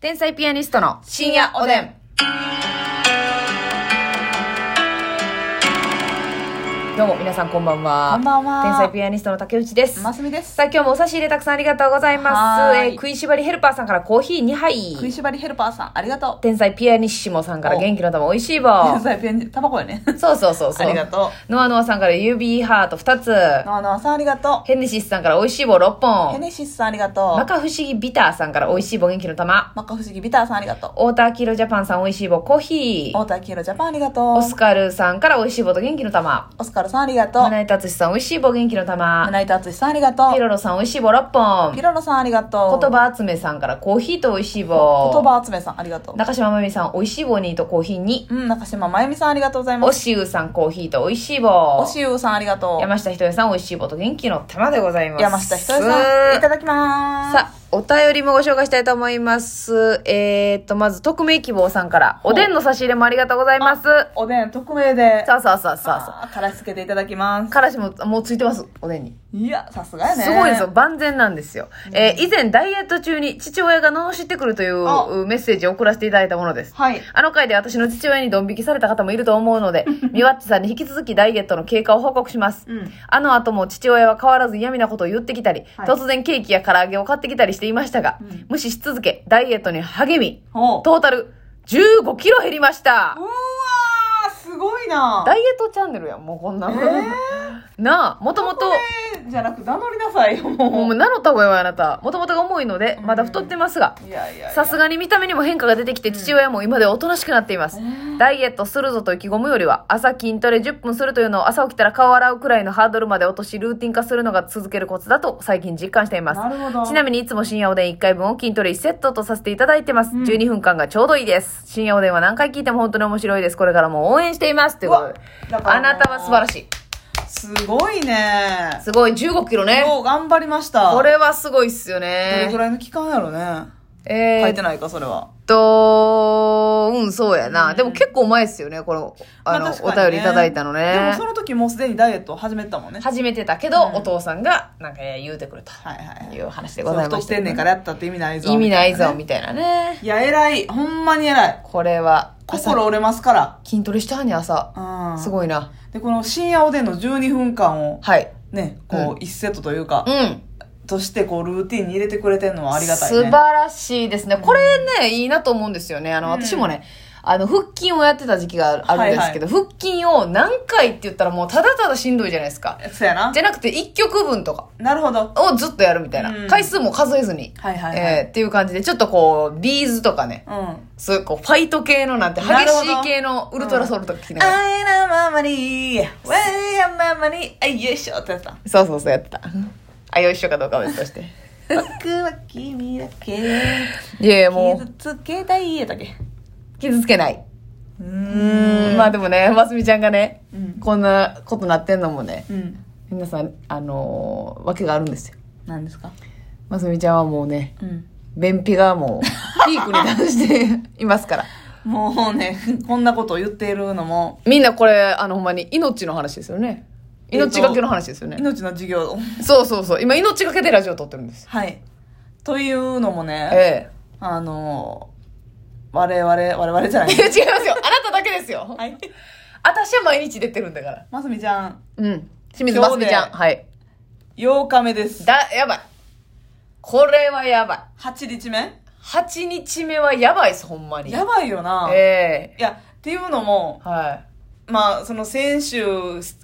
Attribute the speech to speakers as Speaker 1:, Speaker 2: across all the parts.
Speaker 1: 天才ピアニストの深夜おでん。どうも皆さんこんばんは。
Speaker 2: こんばんは
Speaker 1: 天才ピアニストの竹内です。
Speaker 2: ますみです。
Speaker 1: さあ今日もお差し入れたくさんありがとうございま
Speaker 2: は
Speaker 1: す。え
Speaker 2: ーい
Speaker 1: ー食いしばりヘルパーさんからコーヒー2
Speaker 2: 食い
Speaker 1: 杯。
Speaker 2: しばりヘルパーさん、ありがとう。
Speaker 1: 天才ピアニッシモさんから
Speaker 2: お
Speaker 1: 元気の玉美味しい棒
Speaker 2: 天。才ペン、タバコやね。
Speaker 1: そうそうそうそう。
Speaker 2: ありがと
Speaker 1: ノアノアさんから指ハート2つ。
Speaker 2: ノアノアさん、ありがと
Speaker 1: ヘネシスさんから美味しい棒6
Speaker 2: う。ヘ
Speaker 1: 本。
Speaker 2: ネシスさん、ありがと
Speaker 1: マ
Speaker 2: う。
Speaker 1: カ不思議ビターさんから美味しい棒元気の玉。
Speaker 2: マカ不思議ビターさん、ありがとう。
Speaker 1: オーターキーロジャパンさん美味しい棒コーヒー。
Speaker 2: 太田キロジャパン、ありがとう
Speaker 1: オ。スカルさんから美味しい棒と元気の玉。
Speaker 2: オスカルさん、ありがとう。
Speaker 1: 胸井達志さん美味しい棒元気の玉。
Speaker 2: 胸板淳さん、ありがと
Speaker 1: ピ
Speaker 2: う。
Speaker 1: ロロさん美味しい棒6本。
Speaker 2: ピ
Speaker 1: 言
Speaker 2: ロロさん、ありがとう。
Speaker 1: 葉集めさんからコーヒーと美味しい棒。
Speaker 2: 言葉集めさん、ありがとう。
Speaker 1: 中島まゆみさん美味しい棒にとコーヒーに。
Speaker 2: うん、中島まゆみさん、ありがとうございま
Speaker 1: お
Speaker 2: す。
Speaker 1: しうさんコーヒーと美味しい棒
Speaker 2: お。しゆうさん、ありがとう。
Speaker 1: 山下ひとえさん美味しい棒と元気の玉でございます。
Speaker 2: 山下ひとりさん、いただきます。
Speaker 1: さあ、お便りもご紹介したいと思います。えー、っと、まず、匿名希望さんから、おでんの差し入れもありがとうございます。
Speaker 2: おでん、匿名で。
Speaker 1: そうそうそうそうそ
Speaker 2: あーからしつけていただきま
Speaker 1: う。
Speaker 2: す。
Speaker 1: からしも、もうついてます、おでんに。
Speaker 2: いや、さすがやね。
Speaker 1: すごいですよ。。万全なんですよ。えー以前、ダイエット中に父親が罵ってくるという
Speaker 2: あ
Speaker 1: メッセージを送らせていただいたものです。
Speaker 2: はい。
Speaker 1: あの回で私の父親にドン引きされた方もいると思うの で、ミワッチさんに引き続きダイエットの経過を報告します。
Speaker 2: うん
Speaker 1: あの後も父親は変わらず嫌味なことを言ってきたり、
Speaker 2: はい
Speaker 1: 突然ケーキや唐揚げを買ってきたりしていましたが、
Speaker 2: うん
Speaker 1: 無視し続け、ダイエットに励み、
Speaker 2: おう
Speaker 1: トータル15キロ減りました
Speaker 2: うわーすごいな
Speaker 1: ダイエットチャンネルやん、もうこんなの。なあ、もともと、
Speaker 2: えーじゃなく名乗りなさいよも
Speaker 1: もう名乗った方がいいわよあなた。もともとが重いので、まだ太ってますが、
Speaker 2: ういやいやいや
Speaker 1: さすがに見た目にも変化が出てきて、父親も今ではおとなしくなっています。ダイエットするぞと意気込むよりは、朝筋トレ10分するというのを朝起きたら顔を洗うくらいのハードルまで落とし、ルーティン化するのが続けるコツだと最近実感しています。
Speaker 2: なるほど
Speaker 1: ちなみにいつも深夜おでん1回分を筋トレ1セットとさせていただいてます。12分間がちょうどいいです。深夜おでんは何回聞いても本当に面白いです。これからも応援しています。ということで
Speaker 2: うわだ。から
Speaker 1: あなたは素晴らしい。
Speaker 2: すごいね
Speaker 1: すごい、15キロね。
Speaker 2: よう頑張りました
Speaker 1: これはすごいっすよ
Speaker 2: どれぐ
Speaker 1: ね。
Speaker 2: らいの期間やろね
Speaker 1: え
Speaker 2: 書
Speaker 1: ー
Speaker 2: い
Speaker 1: って
Speaker 2: ないかそれは
Speaker 1: と、うん、そうやな。でも結構前っすよね、この、あの、
Speaker 2: ま確
Speaker 1: お
Speaker 2: か
Speaker 1: 便
Speaker 2: に
Speaker 1: りいただいたの
Speaker 2: でも
Speaker 1: ね
Speaker 2: そ。の時もうすでにダイエットを始めてたもんねはい
Speaker 1: 始めてたけど、お父さんが、なんかいや言うてくれと
Speaker 2: はいはい
Speaker 1: いう話でござい
Speaker 2: そう
Speaker 1: ま
Speaker 2: 太
Speaker 1: し
Speaker 2: ったて
Speaker 1: けど
Speaker 2: んねん
Speaker 1: ね。
Speaker 2: からやったって意味ないぞ
Speaker 1: 意味ない
Speaker 2: みた
Speaker 1: ぞ、
Speaker 2: ね
Speaker 1: みたいなね。
Speaker 2: いや偉いほんまに偉い
Speaker 1: これは、朝、
Speaker 2: 心折れますから
Speaker 1: 筋トレしたね、朝。
Speaker 2: うん
Speaker 1: すごいな。
Speaker 2: でこの深夜おでんの12分間を
Speaker 1: はい。
Speaker 2: ねこう1セットというか
Speaker 1: うん。
Speaker 2: としてこうルーティンに入れてくれてるのはありがたいね
Speaker 1: 素晴らしいですね。これね、いいなと思うんですよね。あの、
Speaker 2: うん
Speaker 1: 私もね、あの、腹筋をやってた時期があるんですけど、腹筋を何回って言ったらもうただただしんどいじゃないですか。
Speaker 2: そうやな
Speaker 1: じ。ゃなくて1曲分とか
Speaker 2: なるほど。
Speaker 1: をずっとやるみたいな。
Speaker 2: うん
Speaker 1: 回数も数えずに。
Speaker 2: はいはいはい
Speaker 1: えーっていう感じで、ちょっとこう、ビーズとかね、
Speaker 2: うん。
Speaker 1: そういうこう、ファイト系のなんて、激
Speaker 2: なるほ
Speaker 1: しい
Speaker 2: ど
Speaker 1: 系のウルトラソウルとか聞きながら。
Speaker 2: I am mommy, we are mommy, あ、よいしょってやつだ。
Speaker 1: そうそうそうやってた。あ、よいしょかどうかは別と して。
Speaker 2: 僕は君だけ。
Speaker 1: いやいやもう
Speaker 2: 傷、つけたいやったっけ。
Speaker 1: 傷つけない。
Speaker 2: う
Speaker 1: う
Speaker 2: ー
Speaker 1: ん、まあでもね、ますみちゃんがね、
Speaker 2: うん
Speaker 1: こんなことなってんのもね、
Speaker 2: うん。
Speaker 1: 皆さん、あのー、わけがあるんですよ。
Speaker 2: 何ですか
Speaker 1: ますみちゃんはもうね、
Speaker 2: うん。
Speaker 1: 便秘がもう、ピークに達していますから。
Speaker 2: もうね、こんなことを言っているのも、
Speaker 1: みんなこれ、あの、ほんまに命の話ですよね。
Speaker 2: えっと
Speaker 1: 命がけの話ですよね。
Speaker 2: 命の授業。
Speaker 1: そうそうそう。今、命がけでラジオ撮ってるんです。
Speaker 2: はい。というのもね、
Speaker 1: え
Speaker 2: あの、我々、我々じゃな
Speaker 1: え。
Speaker 2: い
Speaker 1: い。や違いますよ。あなただけですよ。
Speaker 2: はい。
Speaker 1: 私は毎日出てるんだから。
Speaker 2: ますみちゃん、
Speaker 1: うん。清水ますみちゃん。
Speaker 2: 今日で
Speaker 1: はい。
Speaker 2: 8日目です。
Speaker 1: だ、やばい。これはやばい。
Speaker 2: 8日目
Speaker 1: 8日目はやばいです、ほんまに。
Speaker 2: やばいよな。
Speaker 1: ええ
Speaker 2: いや、っていうのも、
Speaker 1: は
Speaker 2: まあ、その先週、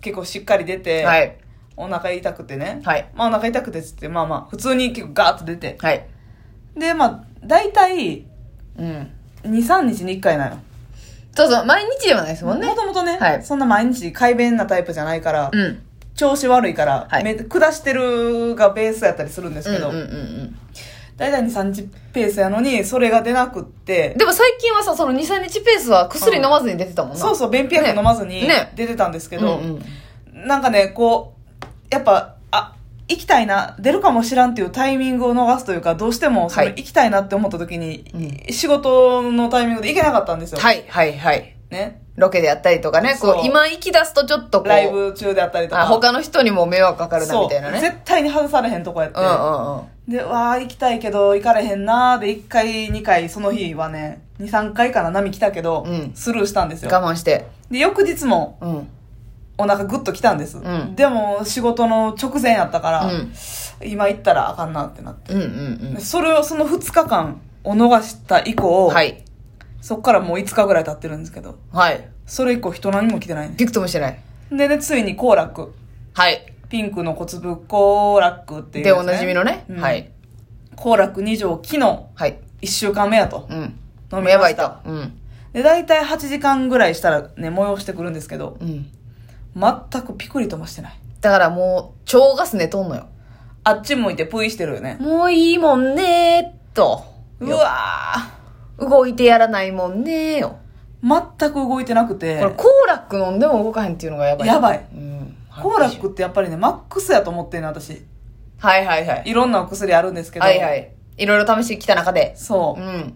Speaker 2: 結構しっかり出
Speaker 1: い。
Speaker 2: て、
Speaker 1: はい。
Speaker 2: お腹痛くてね。
Speaker 1: はい
Speaker 2: まあ、お腹痛くてっつって、まあまあ、普通に結構ガーッと出て。
Speaker 1: はい。
Speaker 2: で、まあ、大体、
Speaker 1: うん。
Speaker 2: 2、3日に1回なの。
Speaker 1: そうそう、毎日ではないですもんね
Speaker 2: も。ともとね、
Speaker 1: はい
Speaker 2: そんな毎日、快便なタイプじゃないから、
Speaker 1: うん。
Speaker 2: 調子悪いから、
Speaker 1: はい
Speaker 2: め下してるがベースやったりするんです
Speaker 1: うん
Speaker 2: け
Speaker 1: うん
Speaker 2: ど、
Speaker 1: うんうん。
Speaker 2: 大体2、3日ペースやのに、それが出なくって、
Speaker 1: でも最近はさ、その2、3日ペースは薬飲まずに出てたもんな。
Speaker 2: そうそう、便秘薬飲まずに
Speaker 1: ねね
Speaker 2: 出てたんですけ
Speaker 1: け
Speaker 2: ど、
Speaker 1: うんうん、
Speaker 2: なんかね、こう、やっぱ、あ、行きたいな、出るかもしらんっていうタイミングを逃すというか、どうしても、その、
Speaker 1: はい
Speaker 2: 行きたいなって思った時に、仕事のタイミングで行けなかったんですよ。
Speaker 1: はいはいはい。
Speaker 2: ね。
Speaker 1: ロケでやったりとかね、こ、
Speaker 2: そうう
Speaker 1: 今行き出すとちょっとこう、
Speaker 2: ライブ中であったりとか。
Speaker 1: あ他の人にも迷惑かかるな
Speaker 2: そう
Speaker 1: みたいなね。
Speaker 2: 絶対に外されへんとこやって。
Speaker 1: うんうんうん。
Speaker 2: で、わあ行きたいけど行かれへんなーで、1回、2回、その日はね、2、3回かな、波来たけど、
Speaker 1: うん
Speaker 2: スルーしたんですよ。
Speaker 1: 我慢して。
Speaker 2: で、翌日も
Speaker 1: うん。
Speaker 2: お腹グッと来たんです。
Speaker 1: ん
Speaker 2: でも、仕事の直前やったから、
Speaker 1: うん
Speaker 2: 今行ったらあかんなってなって。
Speaker 1: うんうん
Speaker 2: でそれをその2日間を逃した以
Speaker 1: う
Speaker 2: 降、
Speaker 1: ん。はい。
Speaker 2: そっからもう5日ぐらい経ってるんですけど、
Speaker 1: はい。
Speaker 2: それ以降人何も来てないね。
Speaker 1: びくともしてない。
Speaker 2: でね、ついに行楽。
Speaker 1: はい。
Speaker 2: ピンクの小粒行楽っていう、
Speaker 1: で、おなじみのね。
Speaker 2: うん
Speaker 1: はい。
Speaker 2: 行楽2条、昨日、
Speaker 1: はい。
Speaker 2: 1週間目やと。
Speaker 1: うん。
Speaker 2: 飲みました
Speaker 1: やばいと。うん。
Speaker 2: で、大体8時間ぐらいしたらね、催してくるんですけど、
Speaker 1: うん。
Speaker 2: 全くピクリともしてない。
Speaker 1: だからもう、腸がすねとんのよ。
Speaker 2: あっち向いてプイしてるよね。
Speaker 1: もういいもんねーと。
Speaker 2: うわ
Speaker 1: 動いてやらないもんねーよ。
Speaker 2: ー全く動いてなくて
Speaker 1: これ、、コーラック飲んでも動かへんっていうのがやばい。
Speaker 2: やばい。
Speaker 1: うん。
Speaker 2: コーラックってやっぱりね、マックスやと思ってんの、私。
Speaker 1: はいはいはい。
Speaker 2: いろんなお薬あるんですけど、
Speaker 1: はいはい。いろいろ試してきた中で。
Speaker 2: そうう、
Speaker 1: ん。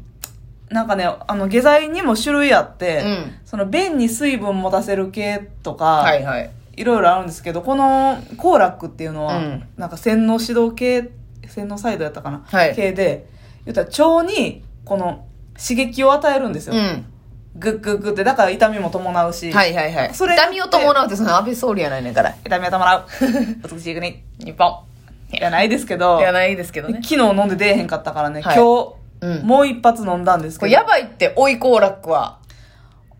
Speaker 2: なんかね、あの、下剤にも種類あって、
Speaker 1: うん
Speaker 2: その、便に水分持たせる系とか、
Speaker 1: はいはい。
Speaker 2: いろいろあるんですけど、このコーラックっていうのは、
Speaker 1: うん
Speaker 2: なんか洗脳指導系、洗脳サイドやったかな、
Speaker 1: はい
Speaker 2: 系で、言ったら腸にこの刺激を与えるんですよ。
Speaker 1: うん。
Speaker 2: グッグッグって、だから痛みも伴うし、
Speaker 1: はいはいはい。
Speaker 2: それ
Speaker 1: 痛みを伴うってその安倍総理やないねんから。
Speaker 2: 痛みは伴 う。美しい国。
Speaker 1: 日本。
Speaker 2: じゃないですけど、
Speaker 1: いやないですけどね
Speaker 2: 昨。日飲んで出えへんかったからね、
Speaker 1: はい
Speaker 2: 今日、
Speaker 1: うん
Speaker 2: もう一発飲んだんです
Speaker 1: こ
Speaker 2: け
Speaker 1: れ
Speaker 2: ど
Speaker 1: や、ばいって、おいコーラックは。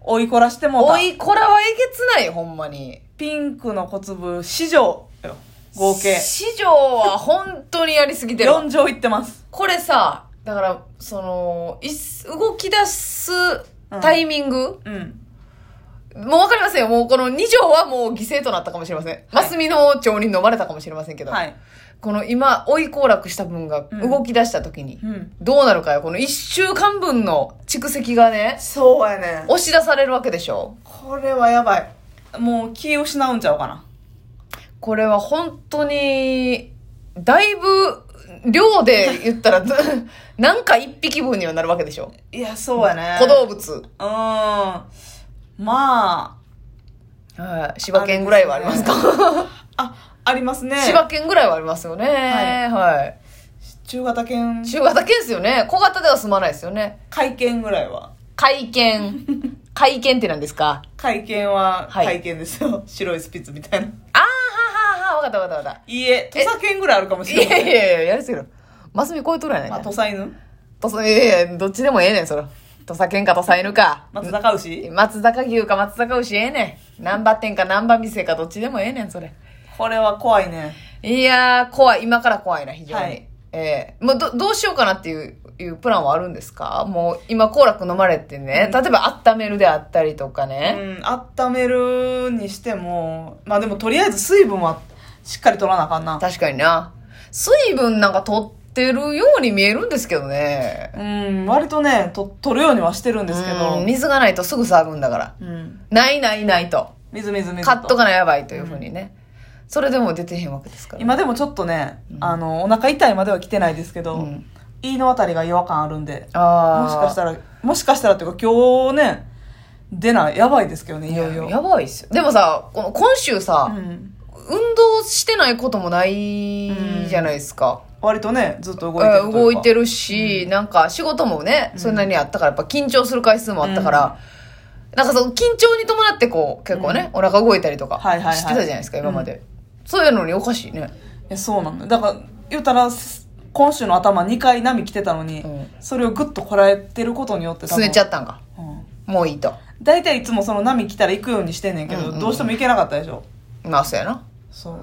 Speaker 2: 追いこらしてもうた
Speaker 1: おい、こらはえげつない、ほんまに。
Speaker 2: ピンクの小粒、史上よ、合計。
Speaker 1: 市場は本当にやりすぎてるわ。
Speaker 2: 4錠いってます。
Speaker 1: これさ、だから、その、いっ動き出すタイミング、
Speaker 2: うん。
Speaker 1: もうわかりませんよ。もうこの2条はもう犠牲となったかもしれません。マスミの町に飲まれたかもしれませんけど、
Speaker 2: はい。
Speaker 1: この今、追い行楽した分が
Speaker 2: うん
Speaker 1: 動き出した時に、
Speaker 2: うん。
Speaker 1: どうなるかよ。この1週間分の蓄積がね、
Speaker 2: そうやね。
Speaker 1: 押し出されるわけでしょ。
Speaker 2: これはやばい。もう気を失うんちゃうかな。
Speaker 1: これは本当に、だいぶ、量で言ったら、 なんか1匹分にはなるわけでしょ。
Speaker 2: いや、そうやね。
Speaker 1: 小動物。
Speaker 2: うーん。まあ、
Speaker 1: はい。柴犬ぐらいはありますか。
Speaker 2: あ、ありますね。
Speaker 1: 柴犬ぐらいはありますよね。はい。
Speaker 2: 中型犬、
Speaker 1: 中型犬ですよね。小型では済まないですよね。
Speaker 2: 会見ぐらいは。
Speaker 1: 会 見。会見って何ですか
Speaker 2: 会見は
Speaker 1: はい
Speaker 2: 会見ですよ。 白いスピッツみたいな。
Speaker 1: あーはーはーはー、わかったわかったわかっ
Speaker 2: いいえ、土佐犬ぐらいあるかも
Speaker 1: た。
Speaker 2: し
Speaker 1: い
Speaker 2: れ
Speaker 1: や
Speaker 2: ない。
Speaker 1: いやいや、やりすぎろ。マスミ超えとるやない
Speaker 2: まあ、
Speaker 1: か
Speaker 2: 土。佐犬
Speaker 1: とそいやいや、どっちでもええねん、それ。土佐犬か土佐犬か。
Speaker 2: 松坂牛
Speaker 1: 松坂牛か松坂牛ええねん。難波店か難波店かどっちでもええねん、それ。
Speaker 2: これは怖いね。
Speaker 1: いやー、怖い。今から怖いな、非常に。
Speaker 2: はい
Speaker 1: ええもうど、どうしようかなっていう、いうプランはあるんですかもう、今、コーラック飲まれてね、例えば温めるであったりとか
Speaker 2: う
Speaker 1: ね。
Speaker 2: ん、温めるにしても、まあでもとりあえず水分はしっかり取らなあかんな。
Speaker 1: 確かにな。水分なんか取ってるように見えるんですけどね。
Speaker 2: うん、割とね、と取るようにはしてるんですけど、
Speaker 1: うん水がないとすぐ騒ぐんだから。
Speaker 2: うん。
Speaker 1: ないないないと。
Speaker 2: みずみずみず
Speaker 1: カットがなやばいというふうにね。それでも出てへんわけですから。
Speaker 2: 今でもちょっとね、あの、お腹痛いまでは来てないですけど、
Speaker 1: うん
Speaker 2: 胃のあたりが違和感あるんで、
Speaker 1: あ
Speaker 2: もしかした
Speaker 1: ら、
Speaker 2: ら、もしかしたらっていうか今日ね、出ない、やばいですけどね、いよいよ。
Speaker 1: やばいっすよ。でもさ、この今週さ、
Speaker 2: うん。
Speaker 1: 運動してないこともないじゃないですか。
Speaker 2: 割とね、ずっと動いてる
Speaker 1: えー動いて
Speaker 2: る。
Speaker 1: るし、なんか仕事もね、そんなにあったから、やっぱ緊張する回数もあったから、なんかその緊張に伴ってこう、結構ね、お腹動いたりとか、
Speaker 2: はいはいはい
Speaker 1: してたじゃないですか、今まで。そういうのにおかしいね。
Speaker 2: いやそうなんだ。だから、言うたら、す今週の頭2回波来てたのに、
Speaker 1: うん
Speaker 2: それをぐっとこらえてることによって
Speaker 1: すねちゃ
Speaker 2: っ
Speaker 1: ったんか。
Speaker 2: た。うん
Speaker 1: もういいと。
Speaker 2: 大体いつもその波来たら行くようにしてんねんけど、
Speaker 1: うんうんうん
Speaker 2: どうしても行けなかったでしょ。
Speaker 1: まあ、そうやな。
Speaker 2: そう。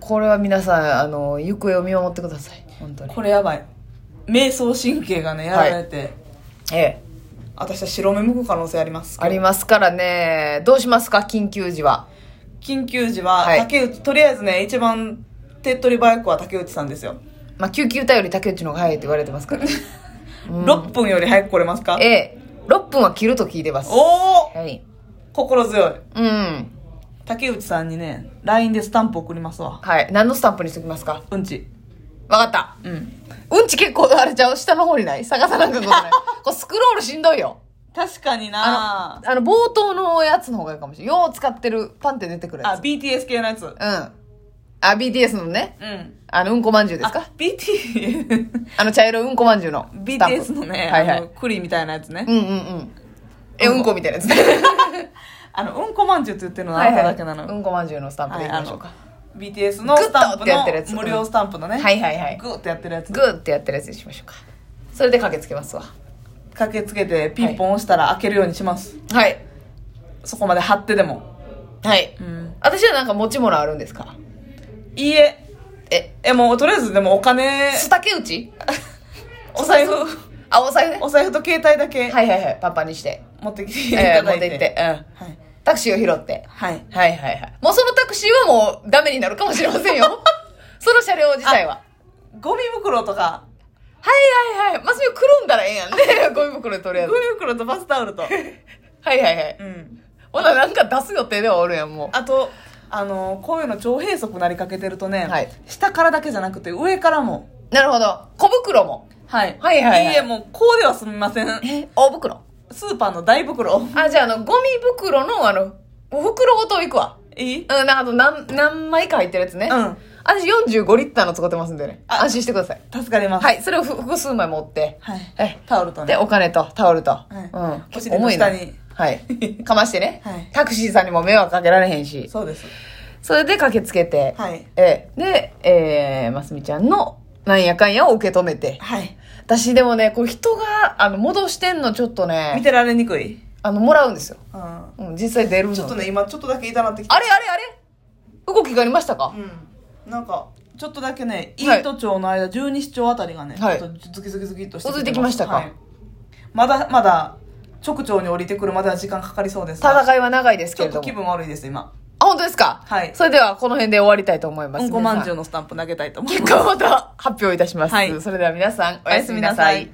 Speaker 1: これは皆さん、あの、行方を見守ってください。本当に。
Speaker 2: これやばい。瞑想神経がね、やられて、
Speaker 1: ええ。
Speaker 2: 私は白目向く可能性あります。
Speaker 1: ありますからね。どうしますか、緊急時は。
Speaker 2: 緊急時は、
Speaker 1: はい
Speaker 2: 竹内、とりあえずね、一番手っ取り早くは竹内さんですよ。
Speaker 1: まあ、救急隊より竹内の方が早いって言われてます から。
Speaker 2: 6分より早く来れますか
Speaker 1: ええ。6分は切ると聞いてます。
Speaker 2: おー
Speaker 1: はい。
Speaker 2: 心強い。
Speaker 1: うん。
Speaker 2: 竹内さんにね、LINE でスタンプ送りますわ。
Speaker 1: はい。何のスタンプにしときますか
Speaker 2: うんち。
Speaker 1: わかった。
Speaker 2: うん。
Speaker 1: うんち結構あれちゃう下の方にない探さな きゃことない。これスクロールしんどいよ。
Speaker 2: 確かに
Speaker 1: あ
Speaker 2: な
Speaker 1: の、あの冒頭のやつの方がいいかもしれない。よう使ってるパンって出てくる
Speaker 2: あ
Speaker 1: やつ。
Speaker 2: BTS 系のやつ。
Speaker 1: うん。あ、BTS のね。
Speaker 2: うん。
Speaker 1: あの、うんこまんじゅうですか
Speaker 2: あ BT
Speaker 1: あの、茶色いうんこまんじゅうのスタンプ。
Speaker 2: BTS のね、
Speaker 1: はいは
Speaker 2: あの
Speaker 1: い。
Speaker 2: 栗みたいなやつね、
Speaker 1: うんうんうん。え、うんこみたいなやつね。
Speaker 2: あのうんこまんじゅうって言ってるのはあなただけな
Speaker 1: は
Speaker 2: の、はいい
Speaker 1: はいうんこまんじゅうのスタンプでいき
Speaker 2: あ
Speaker 1: ましょう
Speaker 2: の
Speaker 1: か。
Speaker 2: BTS のスタン
Speaker 1: グッとっ
Speaker 2: プ
Speaker 1: てやってるやつ
Speaker 2: の無料スタンプのね、
Speaker 1: はいはいはい。
Speaker 2: グーってやってるやつ
Speaker 1: グーってやってるやつにしましょうか。それで駆けつけますわ。
Speaker 2: 駆けつけてピンポン押したら開けるようにします、
Speaker 1: はい。
Speaker 2: そこまで貼ってでも、
Speaker 1: はい。
Speaker 2: うん、
Speaker 1: 私はなんか持ち物あるんですか
Speaker 2: いいえ
Speaker 1: え、
Speaker 2: えもうとりあえずでもお金
Speaker 1: すたけ打ち
Speaker 2: お財布
Speaker 1: あ、お財布ね。
Speaker 2: お財布と携帯だけ
Speaker 1: はいはいはい。パンパンにして。
Speaker 2: 持ってきてい
Speaker 1: え
Speaker 2: た
Speaker 1: ー持
Speaker 2: だ
Speaker 1: っ
Speaker 2: い
Speaker 1: て行
Speaker 2: て,、
Speaker 1: って。うん。
Speaker 2: はい、
Speaker 1: タクシーを拾って。
Speaker 2: はい、
Speaker 1: はいはいはい。もうそのタクシーはもうダメになるかもしれませんよ。 その車両自体は。
Speaker 2: ゴミ袋とか
Speaker 1: はいはいはい。まあ、それくるんだらええやん ね。ゴミ袋とりあえ
Speaker 2: ゴ
Speaker 1: ず
Speaker 2: ミ。袋とバスタオ ルと
Speaker 1: はいはいはい。
Speaker 2: うん
Speaker 1: ほな、なんか出す予定ではおるやん、もう。
Speaker 2: あとあのこういうの超閉塞なりかけてるとね、
Speaker 1: はい
Speaker 2: 下からだけじゃなくて上からも
Speaker 1: なるほど。小袋も。
Speaker 2: はい
Speaker 1: はいはいはい
Speaker 2: いえもうこうでは済みません
Speaker 1: え大袋。
Speaker 2: スーパーの大袋
Speaker 1: あ、じゃあ、あの、ゴミ袋の、あの、袋ごといくわ。
Speaker 2: いい
Speaker 1: うん、なんかあと何、何枚か入ってるやつね。
Speaker 2: うん。
Speaker 1: 私45リッターの使ってますんでね。
Speaker 2: あ
Speaker 1: 安心してください。
Speaker 2: 助かります
Speaker 1: はい。それをふ複数枚持って。
Speaker 2: はい、
Speaker 1: はい。
Speaker 2: タオルと
Speaker 1: で、
Speaker 2: ね
Speaker 1: お金と、タオルと。
Speaker 2: い
Speaker 1: うん。
Speaker 2: お尻の下に
Speaker 1: はい。かましてね。
Speaker 2: はい
Speaker 1: タクシーさんにも迷惑かけられへんし。
Speaker 2: そうです
Speaker 1: それで駆けつけて。
Speaker 2: はい
Speaker 1: ええで、えー、ますみちゃんのなんやかんやを受け止めて。
Speaker 2: はい
Speaker 1: 私でもね、こう人が、あの、戻してんのちょっと
Speaker 2: 見
Speaker 1: ね、
Speaker 2: てられにくい、
Speaker 1: あの、もらうんですよ。
Speaker 2: うん、
Speaker 1: うん、実際出るの。
Speaker 2: ちょっとね今ちょっとだけ痛なってきた
Speaker 1: あれあれあれ動きがありましたか、
Speaker 2: うんなんかちょっとだけね
Speaker 1: はい
Speaker 2: 飯都町の間十二指腸あたりがね、
Speaker 1: はい
Speaker 2: ちょっとズキズキズキっとして
Speaker 1: 続いてきましたか
Speaker 2: はいまだまだ直腸に降りてくるまでは時間かかりそうですが
Speaker 1: 戦いは長いです
Speaker 2: ち
Speaker 1: け
Speaker 2: ょ
Speaker 1: れ
Speaker 2: っ
Speaker 1: ど
Speaker 2: と
Speaker 1: も
Speaker 2: 気。分悪いです今
Speaker 1: あ、本当ですか
Speaker 2: はい
Speaker 1: それでは、この辺で終わりたいと思います。
Speaker 2: うんこまんじゅ
Speaker 1: 皆
Speaker 2: うのスタンプ投げたいと思い
Speaker 1: さ
Speaker 2: ます
Speaker 1: ん結果をまた発表いたします。
Speaker 2: はい
Speaker 1: それでは皆さん、お
Speaker 2: お
Speaker 1: や
Speaker 2: や
Speaker 1: す
Speaker 2: す
Speaker 1: み
Speaker 2: み
Speaker 1: な
Speaker 2: な
Speaker 1: さ
Speaker 2: さ
Speaker 1: い
Speaker 2: い。